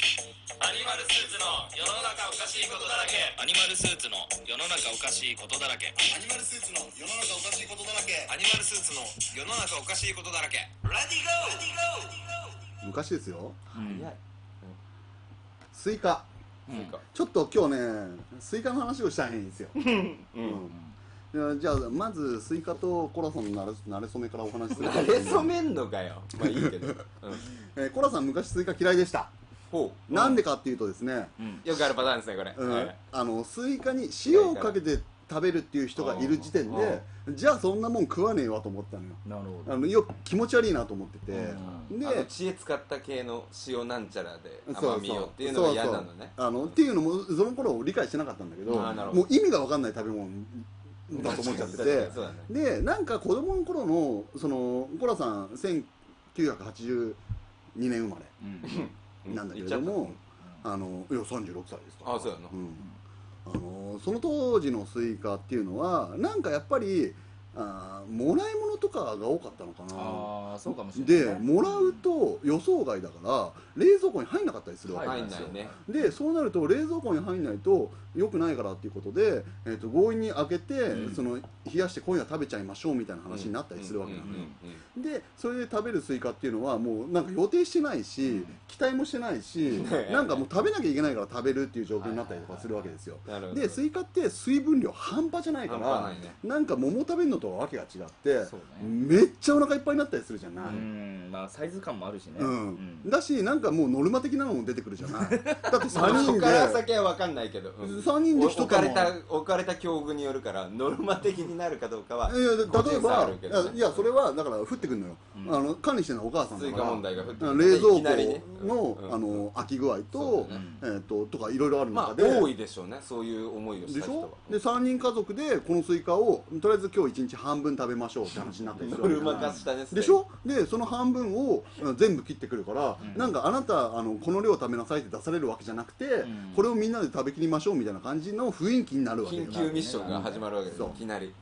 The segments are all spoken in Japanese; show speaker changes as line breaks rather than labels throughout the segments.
アニマルスーツの世の中おかしいことだらけアニマルスーツの世の中おかしいことだらけ
アニマルスーツの世の中おかしいことだらけ
アニマルスーツの世の中おかしいことだらけラディゴー
昔ですよ
うん
スイカ
うん
ちょっと今日ねスイカの話をしたいんですよ、
う
うんじゃあまずスイカとコラさんのなれなれ初めからお話しする
慣れ初めんのかよまあいいけど、うん、
えーコラさん昔スイカ嫌いでした、
ほう
なんでかっていうとですね、
うんよくあるパターンですねこれ、
うん
はい
あのスイカに塩をかけて食べるっていう人がいる時点でじゃあそんなもん食わねえわと思ったのよ
なるほど
あのよく気持ち悪いなと思ってて、
う
で
あの知恵使った系の塩なんちゃらで
そうそう
甘みをっていうのが嫌なのね
あのっていうのもその頃理解してなかったんだけど
あーなるほど
もう意味が分かんない食べ物だと思っちゃって
確か
て
に そうだね
でなんか子供の頃のそのコラさん1982年生まれなんだけれど
言っ
も
ち、
あのいや36歳ですから
あそうなの
んあのその当時のスイカっていうのはなんかやっぱりあーもらい物とかが多かったのかな
ああそうかもしれない
でもらうと予想外だから冷蔵庫に入んなかったりするわけ
入んないね
でそうなると冷蔵庫に入んないと良くないからっていうことで、えー、と強引に開けて、
うん
その冷やして今夜食べちゃいましょうみたいな話になったりするわけなの
うん
よ
うんうん
でそれで食べるスイカっていうのはもうなんか予定してないし、期待もしてないし なんかもう食べなきゃいけないから食べるっていう状況になったりとかするわけですよ、
なるほど
でスイカって水分量半端じゃないか
半
ら
端ないね
なんか桃食べるのとはわけが違って、
そうね
めっちゃお腹いっぱいになったりするじゃない、
うんまあサイズ感もあるしね
うん、だしなんかもうノルマ的なのも出てくるじゃないだって3
そ
人
こ
で
から先は分かんないけど、うん
三人で一
置かれ
玉
た置かれた境遇によるからノルマ的になるかどうかはい
や
個
例え
人差あ
ば、
るけどね
いやそれはだから降ってくるのよ、あの管理してるのはお母さんだ
追
か
加
ら
問題が降ってく
あの
る
冷蔵庫
いきなりね
の,、
うん
あの空き具合
そ
と,、
うだね
えー、ととかいろいろある
まあ
中で、
多いでしょうねそういう思いをし
で
た
し
人は
ょで3人家族でこのスイカをとりあえず今日1日半分食べましょうって話になったりする
ノ
わけ
ルマ化したね
でしょでその半分をうん全部切ってくるから、なんかあなたあのこの量食べなさいって出されるわけじゃなくて、
ん
これをみんなで食べきりましょうみたいな感じの雰囲気になるわけよ
緊急ミッションが始まるわけです
そう
いきなり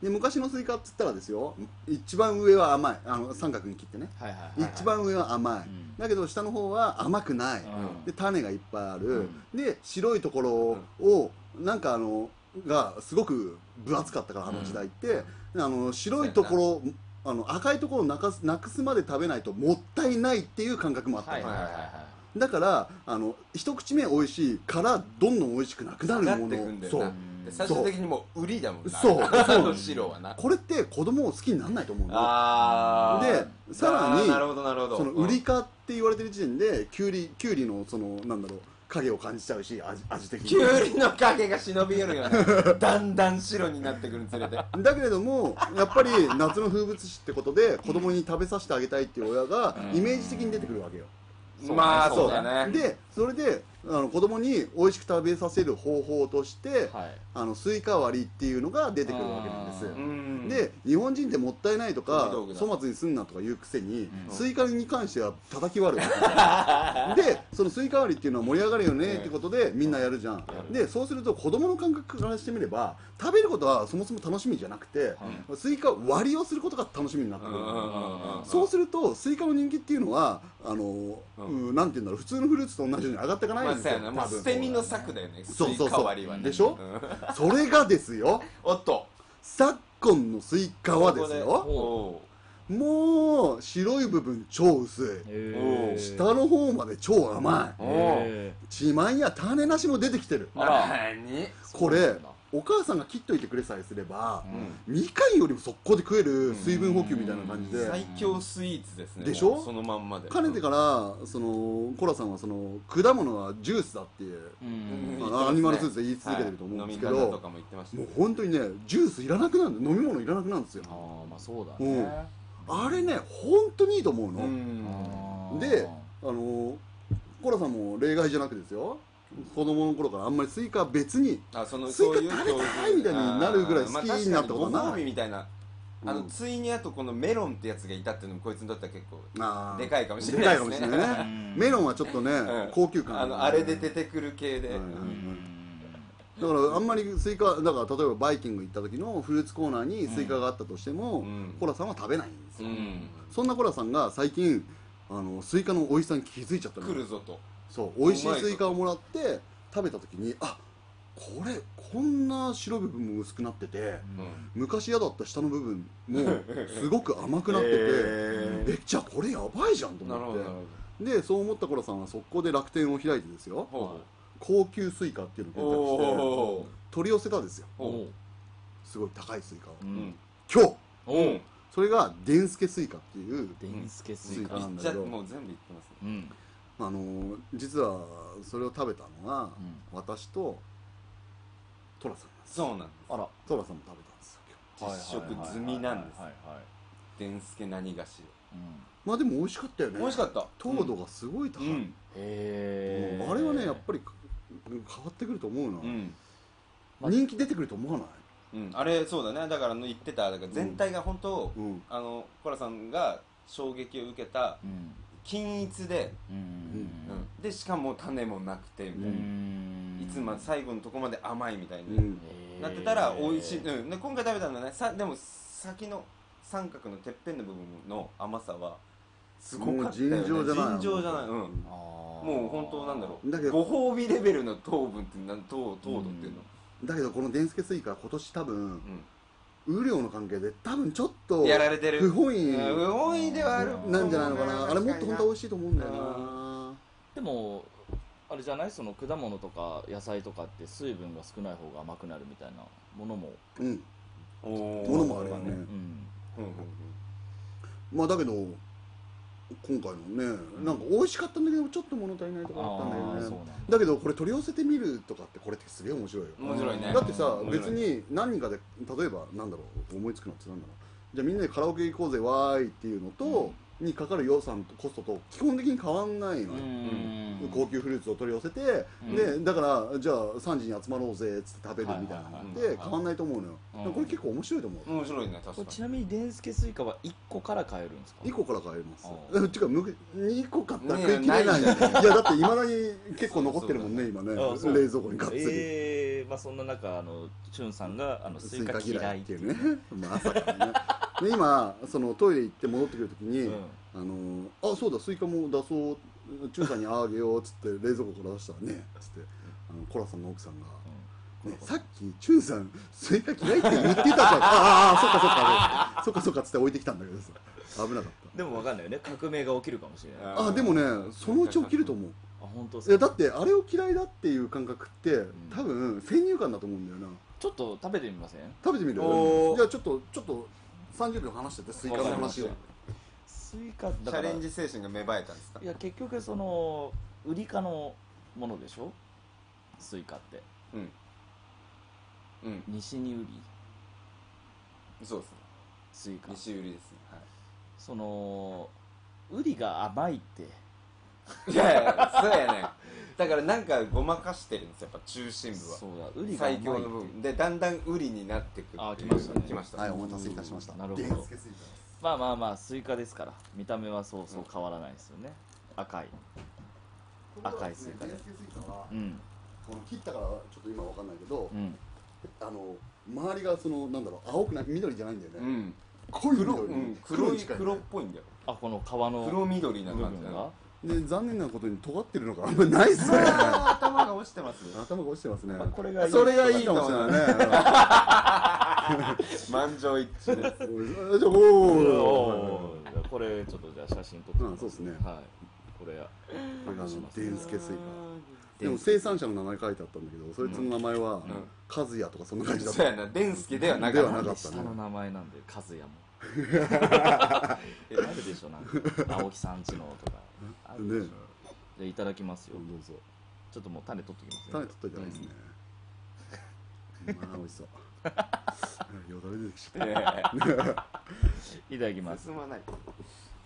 で昔のスイカっつったらですよ一番上は甘いあの三角に切ってね、
はいはいはい
一番上は甘い、
ん
だけど下の方は甘くない、
うん
で種がいっぱいある、で白いところを、なんかあのがすごく分厚かったからあの時代って、あの白いところあの赤いところをなかすなくすまで食べないともったいないっていう感覚もあったの、
はいはいはいは
だからあの一口目美味しいからどんどん美味しくなくなる
なっ
も
てくん
の
だ
そう
よなで最終的にもう売りだもんな
そう
あの白はな
これって子供を好きにならないと思うの
あ
で
ー
さらに
あーなるほどなるほど
その売りかって言われてる時点でキュウリキュウリのそのなんだろう影を感じちゃうし味味的に
キュウリの影が忍び寄るよね だんだん白になってくるにつれて
だけれどもやっぱり夏の風物詩ってことで子供に食べさせてあげたいっていう親がイメージ的に出てくるわけよ、
まあそうだね
でそれであの子供に美味しく食べさせる方法として、
いはい
あのスイカ割りっていうのが出てくるわけなんです
あー
うん
で日本人ってもったいないとか
道具だ
粗末にすんなとか言うくせに、スイカに関しては叩き 割るわけでそのスイカ割りっていうのは盛り上がるよねってことでみんなやるじゃん、でそうすると子供の感覚からしてみれば食べることはそもそも楽しみじゃなくて、スイカ割りをすることが楽しみになって
う
く
ん
る、
うんうんうん
そうするとスイカの人気っていうのはあの、
ん
うんなんて言うんだろう普通のフルーツと同じように上がっていかない
ま
ん
あ
です
そう
よ、
やなまあ
多分
捨て身の策だよね
そうそう
スイカ
そ
割りは
う
ね
でしょ
うん
それがですよ
おっと
昨今のスイカはです
こ
よ
こお
もう白い部分超薄い
へー
下の方まで超甘
う
い
おう
へ
自慢や種なしも出てきてる
あら
何
こ
そう
れ
なんだ
お母さんが切っといてくれさえすれば
ーう、
うん
ん
みかんよりも速攻で食える水分補給みたいな感じで
最強スイーツですね
でしょ
もうそのまんまで
かねてからそのコラさんはその果物はジュースだっていう、
うん
あのアニマルスーツで言い続けてると思うんですけど
はい飲み方とかも言ってました
も
ね
う本当にねジュースいらなくなる飲み物いらなくなるんですよ
ああまあそうだ
うん
ね
あれね本当にいいと思うの、
うん
であのーコラさんも例外じゃなくですよ子供の頃からあんまりスイカは別に
あその
スイカ
そういう
食べ
教
た
授
いみたいになるぐらい好きになったこと
あーまあ確かにご
な
褒美
い
みたいなあ
う
の、
ん
ついにあとこのメロンってやつがいたっていうのもこいつにとっては結構
あー
でかいかもしれないですね
でかいかもしれないねメロンはちょっとね、
うん
高級感
あのあれで出てくる系で、
うん
うん
だからあんまりスイカだから例えばバイキング行った時のフルーツコーナーにスイカがあったとしても、
うん
コラさんは食べないんですよ、
うん
そんなコラさんが最近あのスイカのおいしさに気づいちゃったの
来るぞと
そう美味しいスイカをもらって食べた時にあこれこんな白い部分も薄くなってて
うん
昔嫌だった下の部分 もすごく甘くなってて、えじゃあこれやばいじゃんと
なる
思っ
ほど
て
なる
でそう思った頃さんは速攻で楽天を開いてですよ
ほどほ
高級スイカっていう
う
のを検索して
おー
取り寄せたんですよ
ほう
すごい高いスイカを、
う
うんん
今日
おう
それがデンスケスイカっていう
デンスケス
ス
イ
イカ
カ
なん
じ
だ
ゃあ
けど、
もう全部いってますね
うん
あのー実はそれを食べたのが、
うん
私とトラさんなんです
そうなんで
あら
トラさんも食べたんですよ今日
す実食済みなんです
はいはいはい
伝助何菓子
うん
まあでも美味しかったよね
美味しかった
糖度がすごい高
う
い、
ん
へ
も
え
うあれはねやっぱり変わってくると思うな、
うん
まあ
人気出てくると思わない、
うんあれそうだねだからあの言ってただから全体が本当
うん
あのコラさんが衝撃を受けた
うん
均一で
うんうん
でしかも種もなくて
う
みたいな、
ん
いつも最後のとこまで甘いみたいに、
うん
へー
なってたら美味しい、うん、で今回食べたのはねさでも先の三角のてっぺんの部分の甘さはすごかったよ、ね、
もう尋常じゃない
尋常じゃない、うん、
あー
もう本当なんだろう
だけど
ご褒美レベルの糖分ってなん糖糖度っていうの、
だけどこのデンスケスイカ今年多分
うん
雨量の関係で多分ちょっと
やられてる
不本意
うん多いではあると思う
なんじゃないのかなあれもっと本当は美
確
味しいと思うんだよな
でもあれじゃないその果物とか野菜とかって水分が少ない方が甘くなるみたいなものも、
うん
かになおー
ものもあるよね、
うん、
うんうん
まあだけど今回のねなんか美味しかったんだけどちょっと物足りないとかあったんだ
あー
よ
そう
ね
なんだ
だけどこれ取り寄せてみるとかってこれってすげえ面白いよ、
面白いね
だってさ
面白い
別に何人かで例えばなんだろう思いつくのってなんだろうじゃあみんなでカラオケ行こうぜわーいっていうのと、にかかる予算とコストと基本的に変わんないのよ、
うん
高級フルーツを取り寄せて、
うん
でだからじゃあ3時に集まろうぜっつって食べるみたいな
はいはい
はい
ので変わんないと思うのよ、
うん
だからこれ結構面白いと思う、
うん面白いね確
こ
か
れ
に
ちなみに伝助スイカは1個から買えるんですか
2個から買えます
あ
え
ー
てかむく2個買ったら
ねえ
食いきれない,、
ない
いやだっていまだに結構残ってるもんね今ね
あ
冷
ーそう
蔵庫にがっつり、
えーまあ、そんな中あのチュンさんがあのスイカ嫌いっていう
うね まあ朝からねで今そのトイレ行って戻ってくるときに、
うん
あのーあそうだスイカも出そうチュンさんにあげようっつって冷蔵庫から出したらねっつってあのコラさんの奥さんが、ね、さっきチュンさんスイカ嫌いって言ってた じゃんああそっかそっかそっかそっかっつって置いてきたんだけどさ危なかった
でも分かんないよね革命が起きるかもしれないあ
あでもねそのうち起きると思う
本当で
いや
す
だ
か
ってあれを嫌いだっていう感覚って多分先入観だと思うんだよな
ちょっと食べてみません
食べてみる
おー
じゃあちょっとちょっと30秒話しててスイカの
わかりま
話
し
を
たスイカ
チ
だか
ャ
ら
レンジ精神が芽生えたんですか
いや結局その売り科のものでしょスイカって
うんうん
西に売り
そうです
ス
ね
イカ
西売りですねはい
その売りが甘いって
いやいや、そうやねん。だからなんかごまかしてるんですよ、やっぱ中心部は。
そうだ売りが甘い
最
って
強の部分。で、だんだん売りになってくっていう。
あー来ましたね
来ました。
はいお待たせいたしました
なるほど
デンスケスイカです
まあまあまあスイカですから見た目はそうそう変わらないですよね赤い赤いスイカ
デ
ね
ンスケスイカは
うん
この切ったからちょっと今わかんないけど
うん
あの周りがそのなんだろう青くない緑じゃないんだよ
う
ね
ん。
濃い
黒、
緑
うん、黒
に
い、
近いね
黒っぽいんだよ。
あこの皮の
黒緑な
部
感じ
分
だ
が
な。
で残念なことに尖ってるのがあんまりないっすね
頭が落ちてますね。
頭が落ちてますね
まあこれがいい
それがいいかもしれないね
満場一致で。
うんじ ゃあおー
お
おー
ーこれちょっとじゃあ写真撮って
うんそうですね
はいこれや
これがあのデンスケスイカ
カ
でも生産者の名前書いてあったんだけどそいつの名前は和也とかそんな感じだっ
そ
た
うやな、デンスケではな
で
か
は
っ
なか
た。
な
っ
ん
た
で
ね
下の名前なんで和也 もえあるでしょなんか青木さんちのとかあるでしょ
ね
じゃあいただきますよ
どうぞ
ちょっともう種取ってきますね
種取っといたらいいですね、まあ美味しそう よだれ出てきちゃっ
いやいや
いただきます
進まない。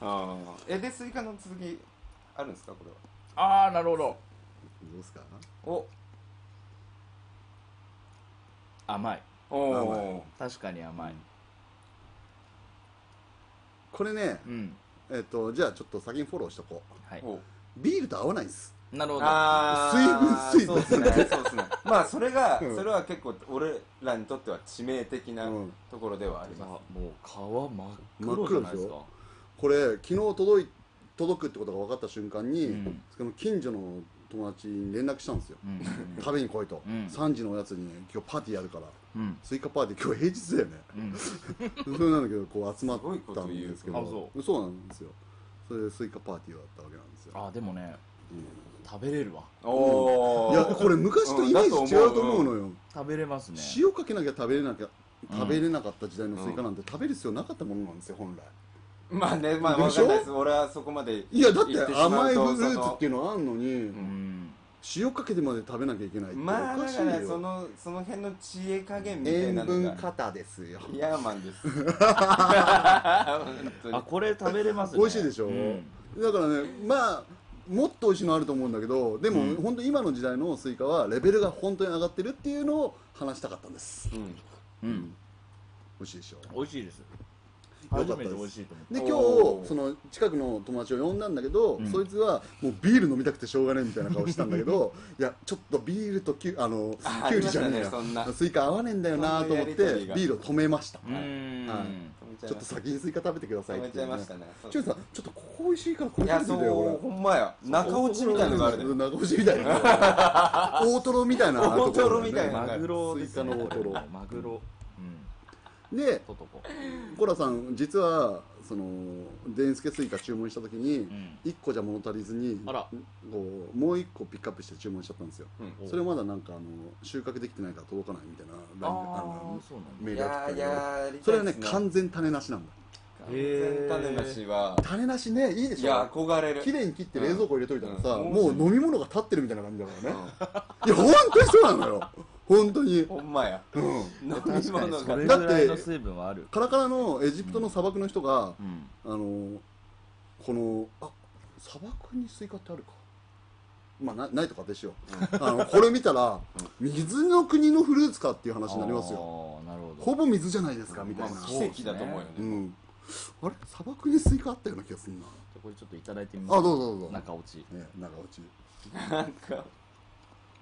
ああ。え、で、スイカの続き、あるんですか、これは。
ああなるほど
たどうすか
お
甘い
お
確かに甘い
これね
うん
えっ、とじゃあちょっと先にフォローしとこう
はい
ー。おー
ビールと合わないです
なるほど
あー
水分水
そう
分
ですねそうですねまあそれが、
うん
それは結構俺らにとっては致命的な
うん
ところではあり
あ
ま
もう皮真っ
真
黒じ
っ黒
ゃ
で
ない
し
です
ょ
か
これ昨日届い届くってことが分かった瞬間に、
うん
その近所の友達に連絡したんですよ、
うん
食べに来いと、
うん
3時のおやつに今日パーティーやるから
うん
スイカパーティー今日平日だよね
うん
それなんだけどこう集まっ
すごいこと
たん
言う
ですけ
あ
ど
そ
そうなんですよそれでスイカパーティーだったわけなんですよ
あでもね
うん
食べれるわ
お
いやこれ昔とイメージ違うと思うの
よ。
よ、
食べれますね
塩かけなきゃ食べれなきゃ食べれなかった時代のスイカなんて食べる必要なかったものなんですよ本来
まあね、まあ
で
わ
し
か
ょ
んないです。俺はそこまで。
いやだっ
言っててしまうと
甘いフル
そ
ーツ
の
っていうのはあんのに
うん
塩かけてまで食べなきゃいけないってお
まあ
か
だ
し
か
い
らそ
よ
のその辺の知恵加減みたい
塩
な
分
の
過
が。
多ですよ
いやマンです。 本当に
あこれ食べれますね
美味しいでしょ
うん
だからねまあもっと美味しいのあると思うんだけどでも、本当今の時代のスイカはレベルが本当に上がってるっていうのを話したかったんです
うん
うん
美味しいでしょ
美味しいです
かったです
初めて美味しいと思っ
で今
お
日
ー
その近くの友達を呼んだんだけど、
うん
そいつはもうビール飲みたくてしょうがないみたいな顔したんだけ どいやちょっとビールときゅあの
あ
きゅうりじゃねえ
ありましたねそん
や、
な
スイカ合わねえんだよなと思ってビ
そんなやりとりが
ールを止めました、
たうーん
はい
止め
ちょっと先にスイカ食べてくださいって、
ちゃいましたね。
ちょっとさちょっとここ美味しいからこれ
いや
食べて
そ
みて
う
よ
ほんまや中落ちみたいなのがあるで。
中落ちみたいな 大トロみたいなところだよね
大トロみたいな
マグロですね
スイカの大トロ
マグロうん
で
トトコ
コラさん実はその伝助スイカ注文した時に
うん
1個じゃ物足りずに
あら
こうもう1個ピックアップして注文しちゃったんですよ
う
それまだなんかあの収穫できてないから届かないみたいな
あ
ラインがあ
あ
の
そうなんだ
メー
い
ルが来た
やい
けど
ややり
そ
た
れ
い
は
っ
ね
す
完全種なしなんだ
完全種なしは
種なしねいいで
い
し
や
ょ
憧れる
綺麗に切って冷蔵庫入れといたらさ、
うん
もう飲み物が立ってるみたいな感じだからね、いや本当にそうなのよ本当に、
ほんまや
うん、
飲み
確か
物
に
が
それ
だ
ぐ
っ
らい
て
の水分はある
カラカラのエジプトの砂漠の人が
う、ん
あのこのあ砂漠にスイカってあるかまあなないとかでしよう、あのこれ見たら、水の国のフルーツかっていう話になりますよ
よなるほど
ほぼ水じゃないですかみたいな、
まあ
そう
奇跡だと思うよ
う
ね
ん、あれ砂漠にスイカあったような気がするな
じゃあこれちょっといただいてみます
あどうぞどうぞ
中落ち
ね長落ち
なんか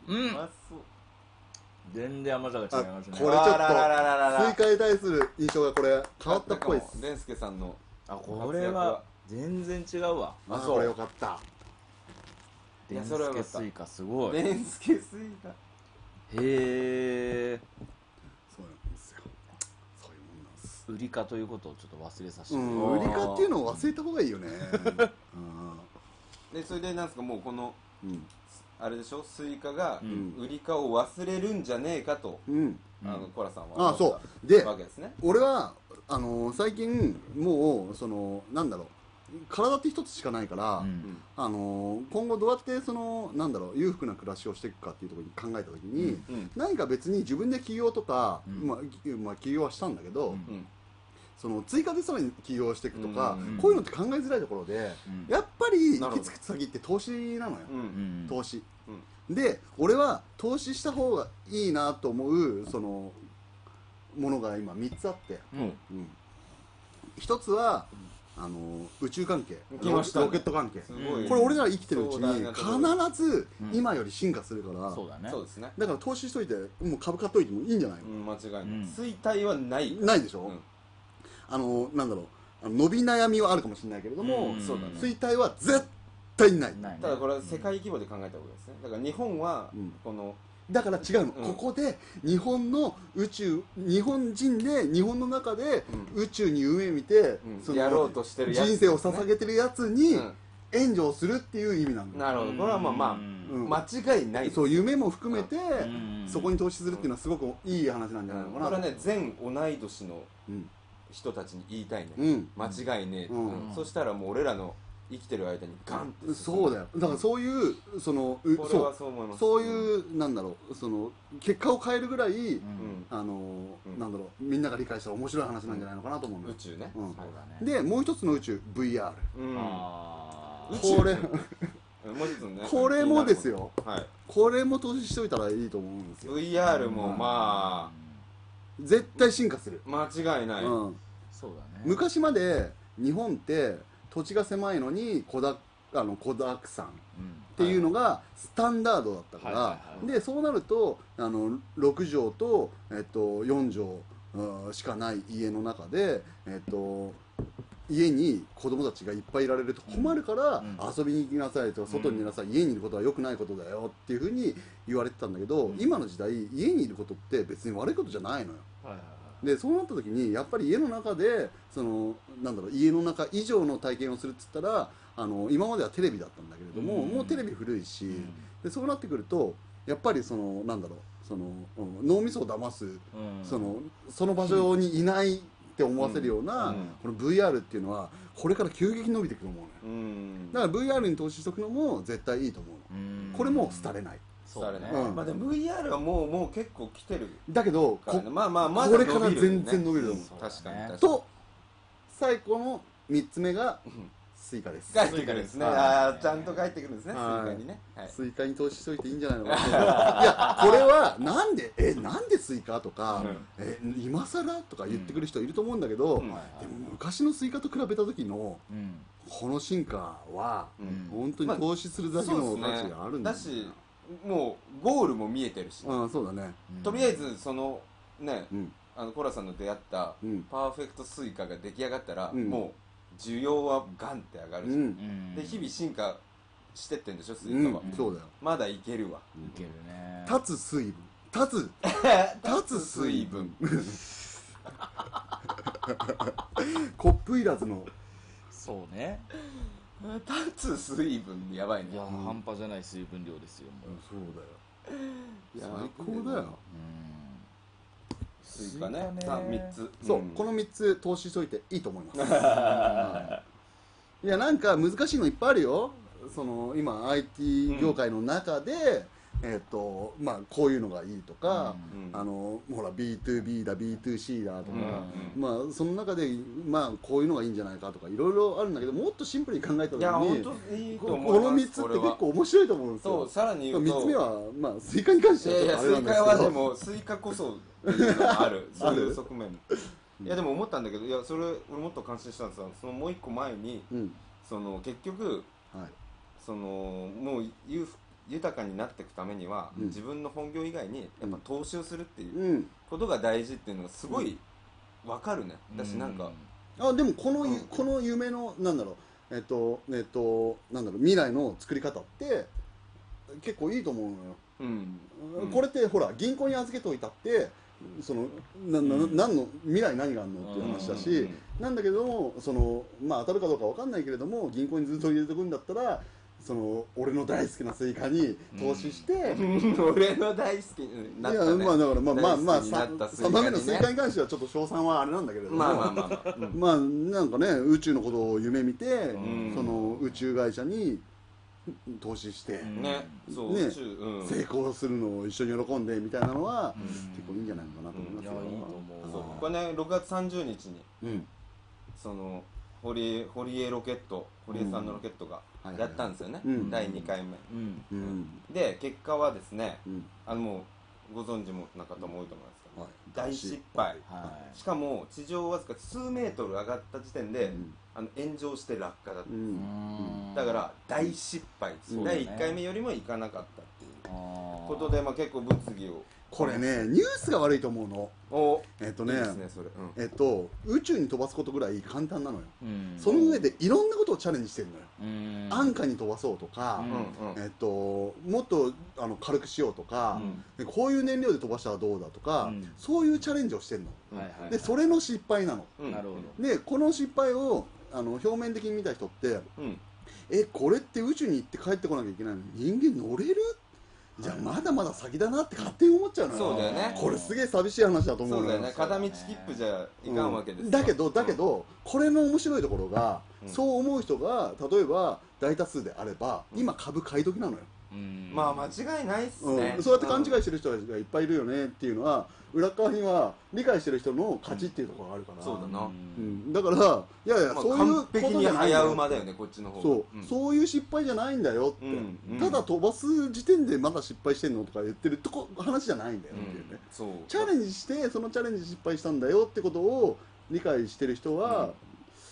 う
うんまそう
全然甘さが違いますね
あこれちょっと
あらららららら
スイカに対する印象がこれ変わったっぽいです
デンスケさんの
あこれは全然違うわ
あ
あそう
これよかった
い
デ
や
ンス
それはよか
ケ
った
スイカすごいへ
デンスケスイカ
え
そうなんですよそういうもんなんです
売りかということをちょっと忘れさせて
うん、
あー
売りかっていうのを忘れた方がいいよね。
でそれでなんすかもうこの
うん、
あれでしょスイカが
うん
売りかを忘れるんじゃねえかと
うん、
あ
うん
のコラさんは
あー、
思
そ
っ
う。で
た、わけですね
俺は、あのー最近、もう、その、なんだろう。体って一つしかないから、
うん
あのー今後どうやって、その、なんだろう、裕福な暮らしをしていくかっていうところに考えたときに。
うん
何か別に自分で起業とか、
うん
まあ、きまあ起業はしたんだけど、
うん
うん
その追加でさらに起業していくとか、
うん
こういうのって考えづらいところで、
うん
やっぱり
な
行
るほ
き
ど
着く先って投資なのよ、
う
うんん
投資、で俺は投資した方がいいなと思うそのものが今3つあって、
うん
1つはあの宇宙関係
来ましたね
ロケット関係
すごい
これ俺ら生きてるうち
壮大
に
なところ
必ず
うん
今より進化するから、
そうだね
そうですね
だから投資しといてもう株買っといてもいいんじゃないの
う、ん間違いない
うん
衰退はない
ないでしょ、
うん
あのなんだろうあの伸び悩みはあるかもしれないけれども、
うん
そうだね
衰退は絶対ない
ないね
ただこれは世界規模で考えた方がいいですねだから日本は
うん
この
だから違うの、
うん
ここで日本の宇宙日本人で日本の中で宇宙に夢見て、
うん
その
やろうとしてるやつ
人生を捧げてるやつに
うん
援助をするっていう意味なんだよ、
なるほどこれはまあま
うん
うん
あ間違いない
そう夢も含めて、
ん
そこに投資するっていうのはすごくいい話なんじゃないの
こ
か
れ
な、
はね全同い年の
うん
人たちに言いたいね、
うん
間違いねえ、
うん
そしたらもう俺らの生きてる間にガンって進む
そうだよだからそういうそのう
俺
そう
はそう思います
そういうなんだろうその結果を変えるぐらい、
う
うんん、
あの
うん
なんだろうみんなが理解したら面白い話なんじゃないのかなと思うの
宇
よ
宙ね、
うん
そうだね
でもう一つの宇宙 VR
うん
あー
これ
もう一つね
これもですよ
はい
これも投資しといたらいいと思うんですよ
VR もま
絶対進化する、
あ間違いない、
うん、
そうだね
昔まで日本って土地が狭いのに小だあの小沢さんっ
うん
ていうのがスタンダードだったから、
はいはいはい
でそうなるとあの6畳と、えっと、4畳うんしかない家の中で、えっと、家に子供たちがいっぱいいられると困るから、
うん
遊びに行きなさいとか外にいなさい、家にいることは良くないことだよっていうふうに言われてたんだけど、今の時代家にいることって別に悪いことじゃないのよ
はいはい
でそうなった時にやっぱり家の中でそのなんだろう家の中以上の体験をするっつったらあの今まではテレビだったんだけれども、
うん
もうテレビ古いし、
はい
でそうなってくるとやっぱりそのなんだろうそのうん脳みそを騙す
うん
そのその場所にいないって思わせるような、
うん
この VR っていうのはこれから急激に伸びていくと思うのよ
うん
だから VR に投資しとくのも絶対いいと思うの、
うん
これも廃れない
そうね
ね、
うん
まあでも VR はもうもう結構来てる
だけど
から
こ
ねまあまあま
こ
だ伸び
れ
る
か
よね
ら全然伸びると思う
そう
確かに
だね
確かに
と最後の3つ目が
ん
スイカです
帰ってくるんですね
はい
ああちゃんと帰ってくるんですねスイ
はい
カにねはい
スイカに投資しといていいんじゃないのかないやこれはなんでえなんでスイカとか、
うん
え今更とか言ってくる人いると思うんだけど、
うん
でも昔のスイカと比べた時の
うん
この進化は
う
うん
ん
本当に投資するだけの価値があるんだ,、
だしもうゴールも見えてるし、
うんそうだね
うん
とりあえずそのね
うん
あのコラさんの出会った
うん
パーフェクトスイカが出来上がったら、
うん
もう需要はガンって上がる
う
し、
うんん
で日々進化してってんでしょスイ
うん
カは、
そうだよ
まだいけるわ
いけるね
立つ水分立つ立つ水分コップいらずの
そうね
立つ水分やばいね
いや半端じゃない水分量ですよもう
そうだよ
いや
最高だよ
うん
スイカねさあ3つ
そう、
ん
この3つ投資しといていいと思います はいいやなんか難しいのいっぱいあるよその今 IT 業界の中で、えっとまあこういうのがいいとか、
うん
あのほら B2B だ B2C だと
うん
か、まあその中でまあこういうのがいいんじゃないかとかいろいろあるんだけどもっとシンプルに考えた時
いや本
にこ
当いいと
こ
思います
の3つって
こ
結
れは
構面白いと思うんです
そ
よ
うさらに言うと
3つ目はまあスイカに関し
い
ては
やい
ちょっ
や
とあれ
ス
な
イ
んです
カ
け
は
ど
でもスイカこそっていうのがあ るそういう側面も
うん
いやでも思ったんだけどいやそれ俺もっと感心したんですよそのもう一個前に
うん
その結局
はい
そのもう裕福豊かになっていくためには、
うん
自分の本業以外にやっぱ投資をするっていう
うん
ことが大事っていうのがすごいわかるね、だしなんか、
あでもこの,、
うん
この夢のなんだろうえっとえっとなんだろう未来の作り方って結構いいと思うのよ、
うんうん
これってほら銀行に預けといたってそのなな
うん
何の未来何があるのっていう話だし、
うん
なんだけどもそのまあ当たるかどうかわかんないけれども銀行にずっと入れておくんだったらその俺の大好きなスイカに投資して、
うん 俺の大好きになっ
い
た
や
ね
まあだからまあまあまあ
大好きになったスイ
3
カにね
番目のスイカに関してはちょっと賞賛はあれなんだけれども、
まあまあまあまあ、うん
まあなんかね宇宙のことを夢見て、
ん
その宇宙会社に投資して、
うん
ね、そう、
ね
宇宙、うん、
成功するのを一緒に喜んでみたいなのは、
うん
結構いいんじゃないのかなと思いま
い
す
や
よ、
いいと
そう
思う
これね、6月30日に、
うん
その堀江堀江ロケット、堀江さんのロケットが
うん
やったんですよね、
はいはいはいうん
第2回目。
うん
うん
で、結果はですね、
うん
あのもうご存知もな方も多いと思いますけど、
はい
大失敗、
はい
しかも地上わずか数メートル上がった時点で、
うん
あの炎上して落下だった、
うん
だから大失敗、
うん
第
そうだ
1
ね
回目よりもいかなかったっていうこ
こと
で、まあ、結構物議を。
これねニュースが悪いと思うの
お
えっと
いい
ね
ですね、それ。うん
えっと宇宙に飛ばすことぐらい簡単なのよ、そ
そ
の上でいろんなことをチャレンジしてるのよ、安価に飛ばそうとか、
うん
うんうん
えっと、もっとあの軽くしようとか、でこういう燃料で飛ばしたらどうだとか、
うん
そういうチャレンジをしてるの、
うん
はいはい
でそれの失敗なの
うん
なるほど
でこの失敗をあの表面的に見た人って
うん
えこれって宇宙に行って帰ってこなきゃいけないのに人間乗れるじゃあまだまだ先だなって勝手に思っちゃうのよ
そうだよね
これすげえ寂しい話だと思
そうう
の
だ
よ
よね片道切符じゃいかんわけですよ、
うんだけどだけど、これの面白いところが、
うん
そう思う人が例えば大多数であれば今株買い時なのよ、
うんまあ間違いないっす
うん
ね、
そうやって勘違い
い
してる人がいっぱいいるよねっていうのは裏側には理解してる人の勝ちっていうところがあるから、
そうだな、
うんだからいやいや、
まあ、
そういう
完
こ
璧
と
に
じゃないんだ
早
よ
馬だよねこっちの方が
そう、
ん
そういう失敗じゃないんだよって、
うんうん
ただ飛ばす時点でまだ失敗してんのとか言ってるとこ話じゃないんだよ
う
っていうね、
んそう
チャレンジしてそのチャレンジ失敗したんだよってことを理解してる人は、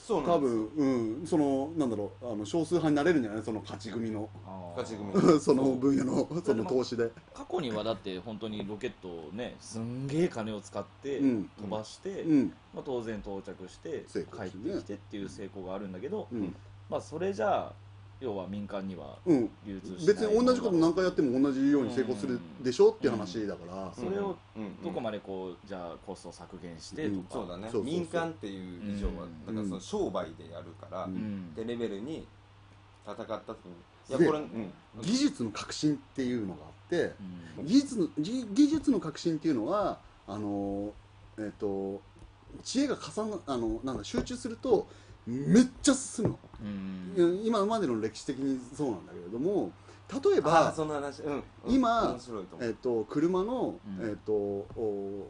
そうな
多
んですよ
分うんそのなんだろうあの少数派になれるんじゃないその勝ち組の
勝ち組
その分野のその投資で
過去にはだって本当にロケットをねすんげえ金を使って
うん
飛ばして、
うん
まあ、当然到着して
成
帰
功
っ
するね
てきてっていう成功があるんだけど、
うん
まあそれじゃあ要は民間には
うん
流通しない
別に同じこと何回やっても同じように成功するでしょっていう話だから
それを
うんうん
どこまでこうじゃあコストを削減してとか、
そうだね
そうそうそう
民間っていう以上は、
うん
だからその商売でやるから、
う
うんん
でレベルに戦った時にいや
で
これ、うん、
技術の革新っていうのがあって
うん
技術の技技術の革新っていうのはあのえっ、と知恵が重なあのなんだ集中するとめっちゃ進むの
うん
うん今までの歴史的にそうなんだけれども例え
ああ
ば
その話うん
今
面白いと思
え
う
っと車の、
うん
えっとお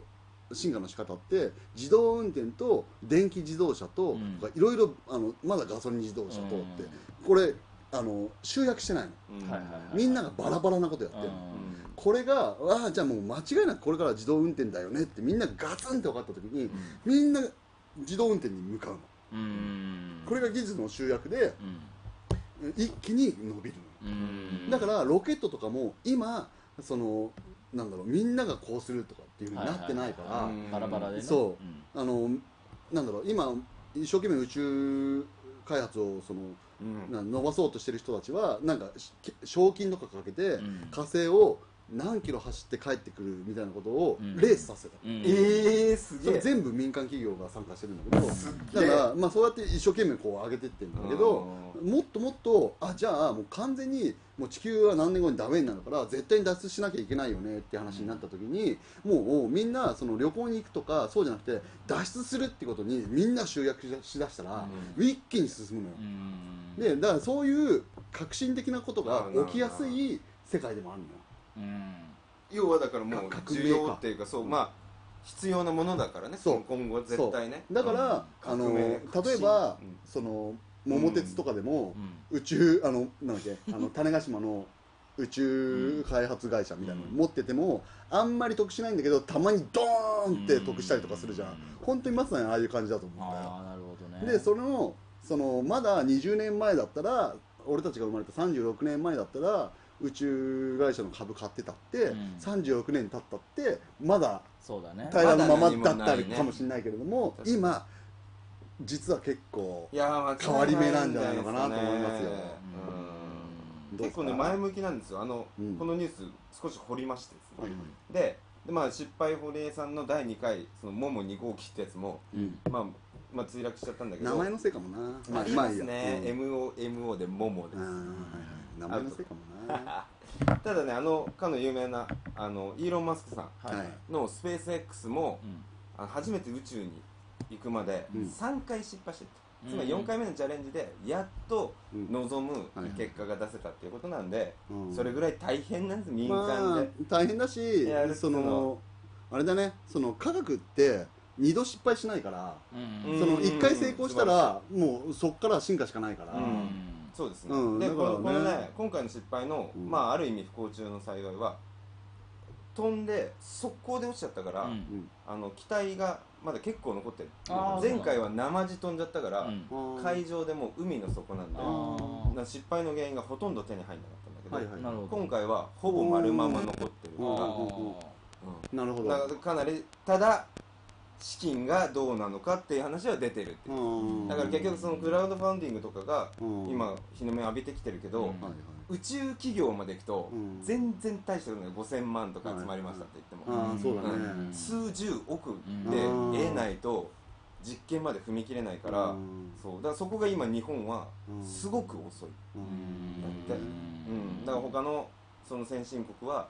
進化の仕方って自動運転と電気自動車と、
うん
いろいろあのまだガソリン自動車とって、これあの集約してないの
うん
はいはいはい
みんながバラバラなことやってる、
うん
うん
これがああじゃあもう間違いなくこれから自動運転だよねってみんながガツンって分かった時にみんな自動運転に向かうの
うん
これが技術の集約で
うん
一気に伸びるの
うん
だからロケットとかも今そのなんだろうみんながこうするとかっていうふうになってないから、
ははは
うん
バラバラでね
そうんあのなんだろう今一生懸命宇宙開発をその
うん
な伸ばそうとしてる人たちはなんかし賞金とかかけて
うん
火星を何キロ走って帰ってくるみたいなことを
うん
レースさせた、
うん
えー、す
そ
げ
れ
え
全部民間企業が参加してるんだけど
すっげ
だ
え
から、まあ、そうやって一生懸命こう上げてってるんだけどもっともっとあじゃあもう完全にもう地球は何年後にダメになるから絶対に脱出しなきゃいけないよねって話になった時にもうみんなその旅行に行くとかそうじゃなくて脱出するってことにみんな集約しだしたら
う
一気に進むのよ。
うん
でだからそういう革新的なことが起きやすい世界でもあるのよ。
うん
要はだからもう
か革命
需
か
要っていうかそう、まあ必要なものだからね
そう
今後絶対ね
だから、
うん
あの
革命
例えば、
うん
その桃鉄とかでも
う、ん
宇宙あのなんだっ けあの種子島の宇宙開発会社みたいなの持ってても、あんまり得しないんだけどたまにドーンって得したりとかするじゃん、
うん
本当にまさにああいう感じだと思うんだよ
ああなるほどね
でそれのそのまだ20年前だったら俺たちが生まれた36年前だったら宇宙会社の株買ってたって、
うん
36年経ったってまだ
そうだね
平らのま
まだ何も
まだったり
ないね
かもしれないけれども、
確かに
今実は結構
いやー間
変わり目なんじゃないのかなと思いますよ
う
どうで
ん
す
結
か
構ね前向きなんですよあの、
うん
このニュース少し掘りましてですね、
はい
ででまあ、失敗堀江さんの第2回「そのモモ2号機」ってやつも、
うん
まあ、まあ墜落しちゃったんだけど
名前のせいかもな
まあ、
あ
います
まあ
ね、
いいや
MOMO でモモで
うんうんはいはい名前のせいかもな
すただねあのかの有名なあのイーロン・マスクさ
はい
は
はいい
んのスペース X も
うん
あの初めて宇宙に行くまで
うん
3回失敗してる
うん
つまり4回目のチャレンジでやっと
うん
望む
はい
結果が出せたっていうことなんで、
うん
それぐらい大変なんです民
ま
間
あ
で、、
大変だし
やるって
そ
のは
のあれだねその科学って二度失敗しないから、
うん
うん
その一回成功したらもうそっから進化しかないから、
うん
うん
そうですね、
うん
で
だ
こ
か
の
らね
このね今回の失敗の、
うん
まあある意味不幸中の幸いは飛んで速攻で落ちちゃったから、
うん
うん
あの機体がまだ結構残ってる
あー
前回は生地飛んじゃったか
う
ら、
ん
うん
海上でもう海の底なんで
あー
な失敗の原因がほとんど手に入んなかったんだけど、
はいはい
なるほど
今回はほぼ丸まま残ってるか
うん
あ
ら
ー
なるほ
だ
ど
からかなりただ資金がどうなのかっていう話は出てるっていう、
うん
だから結局そのクラウドファンディングとかが
うん
今日の目を浴びてきてるけど、
うん
はいはい
宇宙企業まで行くと
うん
全然大したことない5000万とか集まりましたって言っても、
ああそうだね、
うん
数十億で
うん
得ないと実験まで踏み切れないから、
うん
そうだからそこが今日本は
うん
すごく遅い、
う
うん
ん
だってうんだから他のその先進国は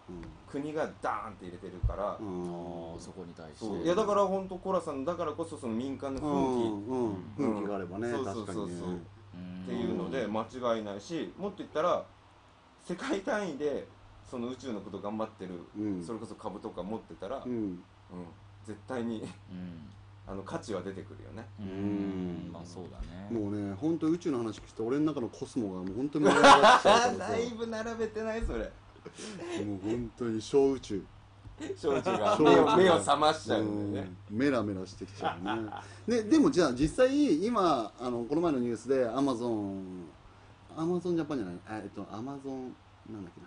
国がダーンって入れてるから、
あ
うん
ーそこに対して
そういやだから本当コラさんだからこそその民間の
うん
雰囲
うん
うん
雰囲気があればね
そうそう
確かにね
そうそう
うん
気っていうので間違いないしもっと言ったら世界単位でその宇宙のこと頑張ってる、
うん
それこそ株とか持ってたら、
う
うん
ん
絶対に
うん
あの価値は出てくるよね
う
うん
んまあそうだね
もうね本当宇宙の話聞くと俺の中のコスモがもう本当に盛り上がっちゃう
あ
から
だいぶ並べてないそれ
さもう本当に小宇宙
焼酎が
焼酎
目
が
を目を覚ましちゃうんだよね
うんメラメラしてきちゃうねねでもじゃあ実際今あのこの前のニュースでアマゾンアマゾンジャパンじゃないあえっとアマゾンなんだっけな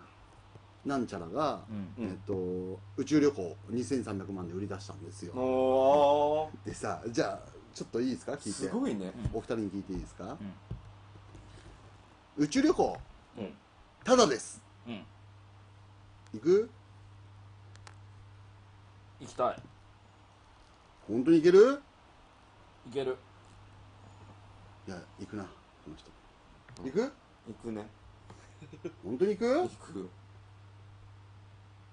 なんちゃらが、
うん
うん
えっと、宇宙旅行2300万で売り出したんですよ、
おー
でさじゃあちょっといいですか聞いて
すごいね
お二人に聞いていいですか、宇宙旅行、
うん
ただです
うん
行く
行きたい
本当に行ける
行ける
いや行くなこの人行く
行くね
本当に行
行
く
くよ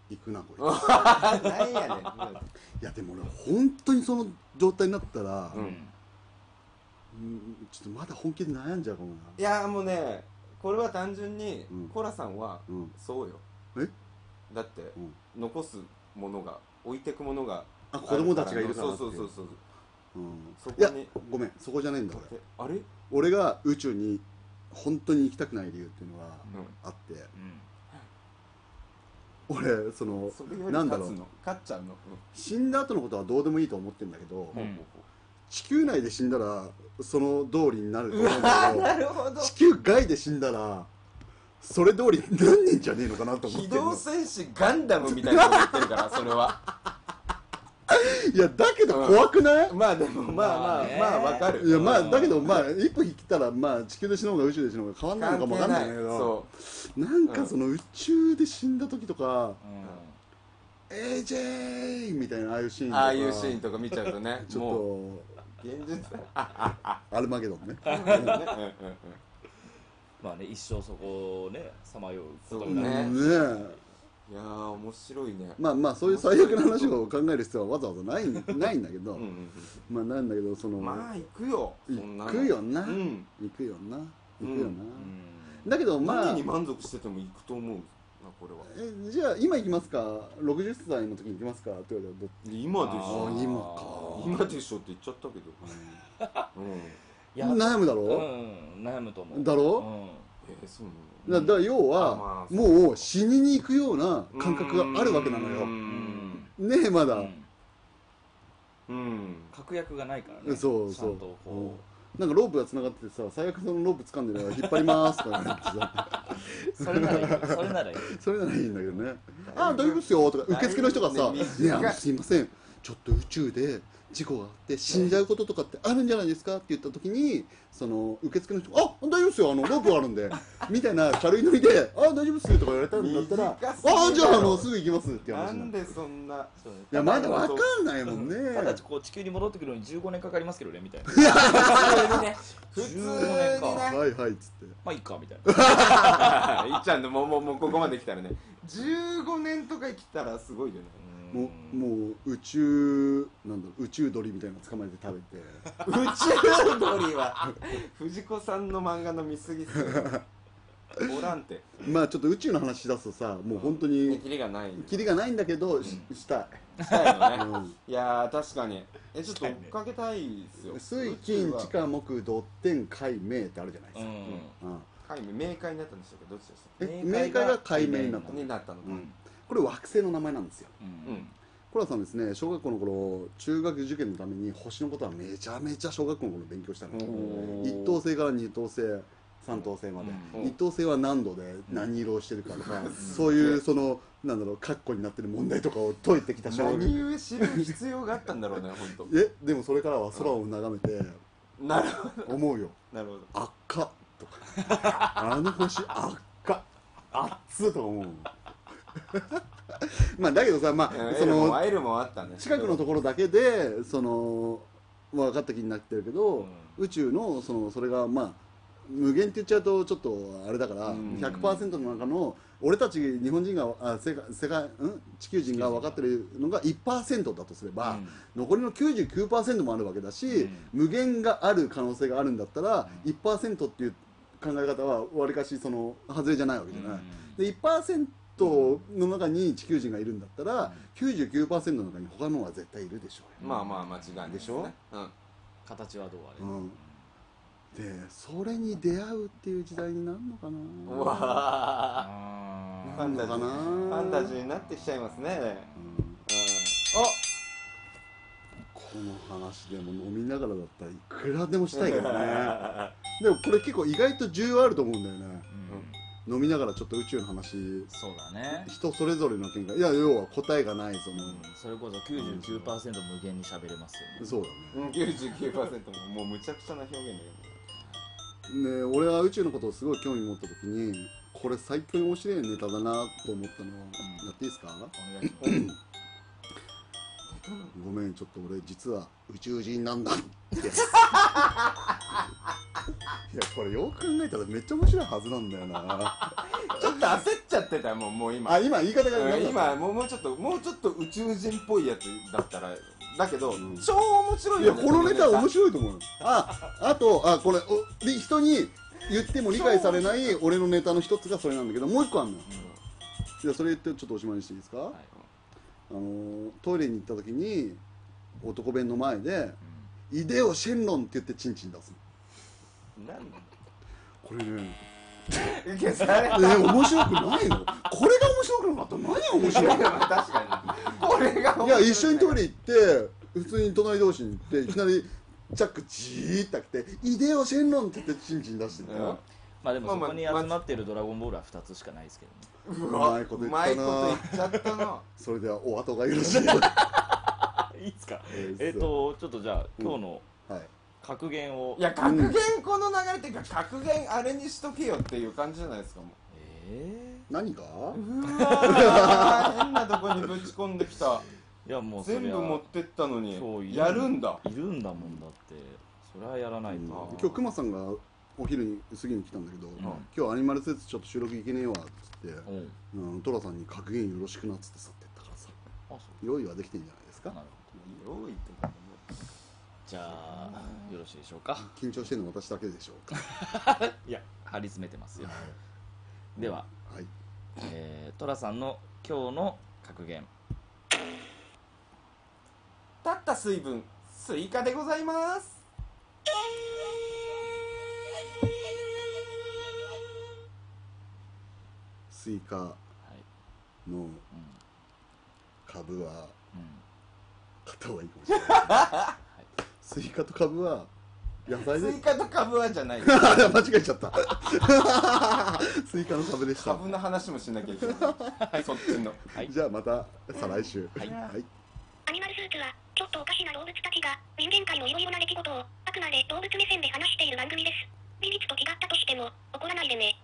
行くなこれ
あなんやねん
いやでも俺本当にその状態になったら、
うん
うんちょっとまだ本気で悩んじゃうかもない
やーもうねこれは単純に、
うん
コラさんは
うん
そうよ
え
だって、
うん
残すものが置いてくものが
あ子供たちがいるから
そ
っ
う
てい
そううそうそう
うん
そこ
いや
に
ごめんそこじゃないんだ俺
えあれ、うん、
俺が宇宙に本当に行きたくない理由っていうのがあって、
うん
俺その
それより
なん
勝
だ
つ
ろう
の勝っちゃうの、
死んだ後のことはどうでもいいと思ってんだけど、
うん
地球内で死んだらその通りになると思うん
あ
だ
ー
けど
なるほ ど
地球外で死んだらそれ通りになんねんじゃねえのかなと思っ
機
てんの
動戦士ガンダムみたいなこと言ってるからそれは
いやだけど怖くない、
まあでもまあま
まあ
あ
ね
まあわかる
いやまあだけどまあ一歩引きたらまあ地球で死のうが宇宙で死のうが変わんないのかもわかんないんだけど
そう
なんかその宇宙で死んだ時とか
うん
「AJ!」みたいなああいうシーンとか
ああいうシーンとか見ちゃうとね
ち
もう
ょっ
現実
とアルマゲド ンね
まあね一生そこをねさまようこと
そう
になる
ね
ねえ
いやー面白いね
まあまあそういう最悪の話を考える必要はわざわざないないんだけど、
うんうんうん
まあなんだけどその、
まあ行くよそんな
行
の
くよな、
うん
行くよな
う
行
ん
くよ
う
な、
ん
だけどま
何
あ
に満足してても行くと思うなこれは
えじゃあ今行きますか60歳の時に行きますかって言われたらどっ
今でし
あ
ょ
ー
今
今でしょって言っちゃったけどうん
いや
悩むだろ、
うん悩むと思う
だろ
えーそう
うだだから要
あま
は、
あ
もう死にに行くような
なの
感覚があるわけなの
う
よ
うん
ん
ねえまだ、
うん
うん
確約がないからね
そうそう
ちゃんとこ
なんかロープが繋がっててさ最悪そのロープ掴んでるから引っ張りますとか言われてさ
うそれならいいそれならいい
それならいいんだけどねあ大丈夫っすよとか受付の人がさ「
ね
ねえあのすいませんちょっと宇宙で事故があって死んじゃうこととかってあるんじゃないですか?」って言った時にその受付の人が「あ大丈夫っすよあのロープがあるんで」みたいな軽いノリで「あ大丈夫っす」とか言われたんだったら「
短すぎだろ
あじゃああのすぐ行きます」っていう
な
話に
ん
なる
でそんな
そうね
いやまだわかんないもんね
ただこう地球に戻ってくるのに15年かかりますけどねみたいな15年か
は
普通にね
いはいっつって
まあいいかみたいな
いっちゃんのもう もうもうここまで来たらね15年とか生きたらすごい よね
もうもう宇宙なんだろう宇宙鳥みたいなの捕まえて食べて
宇宙鳥は藤子さんの漫画の見過ぎっすよおらんて
まあちょっと宇宙の話しだすとさもう本当に
キリがない
キリがないんだけどししたい
したいよね
うん
いやー確かにえちょっと
確
追
か
っ
にね
かけたいっすよ
水金地下木土天海明ってあるじゃないで
う
すか、
ん
うん
解明明快になったんでしたっけどどっちでしたっ
え明快が解明になった
け
の
になったのか、
うんこれ惑星の名前なんですよ
うん
コラさんですね小学校の頃中学受験のために星のことはめちゃめちゃ小学校の頃勉強したの
おー
一等星から二等星三等星まで、
うん
一等星は何度で何色をしてるかとか、
うん
そういうそのなんだろうカッコになってる問題とかを解いてきた小学校
何故知る必要があったんだろうね本当
えでもそれからは空を眺めて
なるほ
思うよ
どなるほど
「赤とか「あの星赤っか」「あっつ」とか思う まあだけどさまあ
え
そ
ーも
の
会えるもんあったね
近くのところだけでその分かった気になってるけど、宇宙のそのそれがまあ無限って言っちゃうとちょっとあれだから、
うん
100%の中の俺たち日本人があ世界世界ん地球人が分かってるのが1%だとすれ
う
ば、
ん
残りの99%もあるわけだし、
うん
無限がある可能性があるんだったら、1%っていう考え方はわりかしその外れじゃないわけじゃない、で1%の中に地球人がいるんだったら、99%の中に他のは絶対いるでしょうよ
まあまあ間違いないすねうん
形はどうあれ
うんでそれに出会うっていう時代になるのか
う
な
わー
あ
ファンタジ
な
ー
のかな
ファンタジーになってきちゃいますね
うんこの話でも飲みながらだったらいくらでもしたいけどね
あ
でもこれ結構意外と重要あると思うんだよね
うん
飲みながらちょっと宇宙の話
そうだね、
人それぞれの見解いや要は答えがないその、
うん、それこそ99%無限に喋れますよね
そうだ
うん99%ももうむちゃくちゃな表現だ
ね
よね
ね俺は宇宙のことをすごい興味持った時にこれ最強に面白いネタだなと思ったのをやっていいですか、
お願いします
ごめんちょっと俺実は宇宙人なんだっていやこれよく考えたらめっちゃ面白いはずなんだよな
ちょっと焦っちゃってたよもうもう今
あ今言い方が
うん
何だ
今
っ
もうもうちょっともうちょっと宇宙人っぽいやつだったらだけど、
ん
超面白
た
い
いやこのネタ面
い
白いと思うよああとあこれおで人に言っても理解されない俺のネタの一つがそれなんだけどもう一個あんのよいやそれ言ってちょっとおしまいにしていいですか、
い
あのートイレに行った時に男弁の前で「イデオシェンロン」って言ってチンチン出すの
なんだ
これね
消され
えー面白くないのこれが面白くなかったら何が面白いの
まあ確かにこれが面白
いや一緒にトイレ行って普通に隣同士に行っていきなりチャックじーって開けて「イデオシェンロン」って言ってチンチン出してんだよ、
まあでも
まあ
そ
まあ
こに集まってるドラゴンボールは2つしかないですけどね
うん
う
う
ま
ま
い
い
こ
ことと
言っ
言った
な
たな
それではお後がよろしい
いいっすか
えー
えっとちょっとじゃあ今日の
はい
格言を
いや格言この流れっていうか格言あれにしとけよっていう感じじゃないですかも
え
何か
ううわー変なとこにぶち込んできた
ーいやもうそれ
全部持ってったの
そうい
に
る
やるんだ
いるんだもんだってそれはやらない
うん
と
今日熊さんがお昼に過ぎに来たんだけど、
ん
今日アニマルスーツちょっと収録行けねえわっつって、
うん
うん、トラさんに格言よろしくなっつって去ってったからさ
あそう
用意はできてんじゃないですか
なるほど
用意ってなんかもう
じゃあよろしいでしょうか
緊張してるの私だけでしょうか
いや張り詰めてますよでは
はい
えー、トラさんの今日の格言
たった水分スイカでございます
スイカ
はい
の
うん
株は
うん
買った方がいいかもしれないスイカと株は野菜
ス
で
イカとカブはじゃない
あ 間違えちゃった スイカの株でし
カ
た
ブの話もしなきゃい けないそっちの
はい
じゃあまた再来週
はい
はい、
アニマルスーツは、ちょっとおかしな動物たちが、人間界のいろいろな出来事を、あくまで動物目線で話している番組です。事実と違ったとしても、怒らないでね。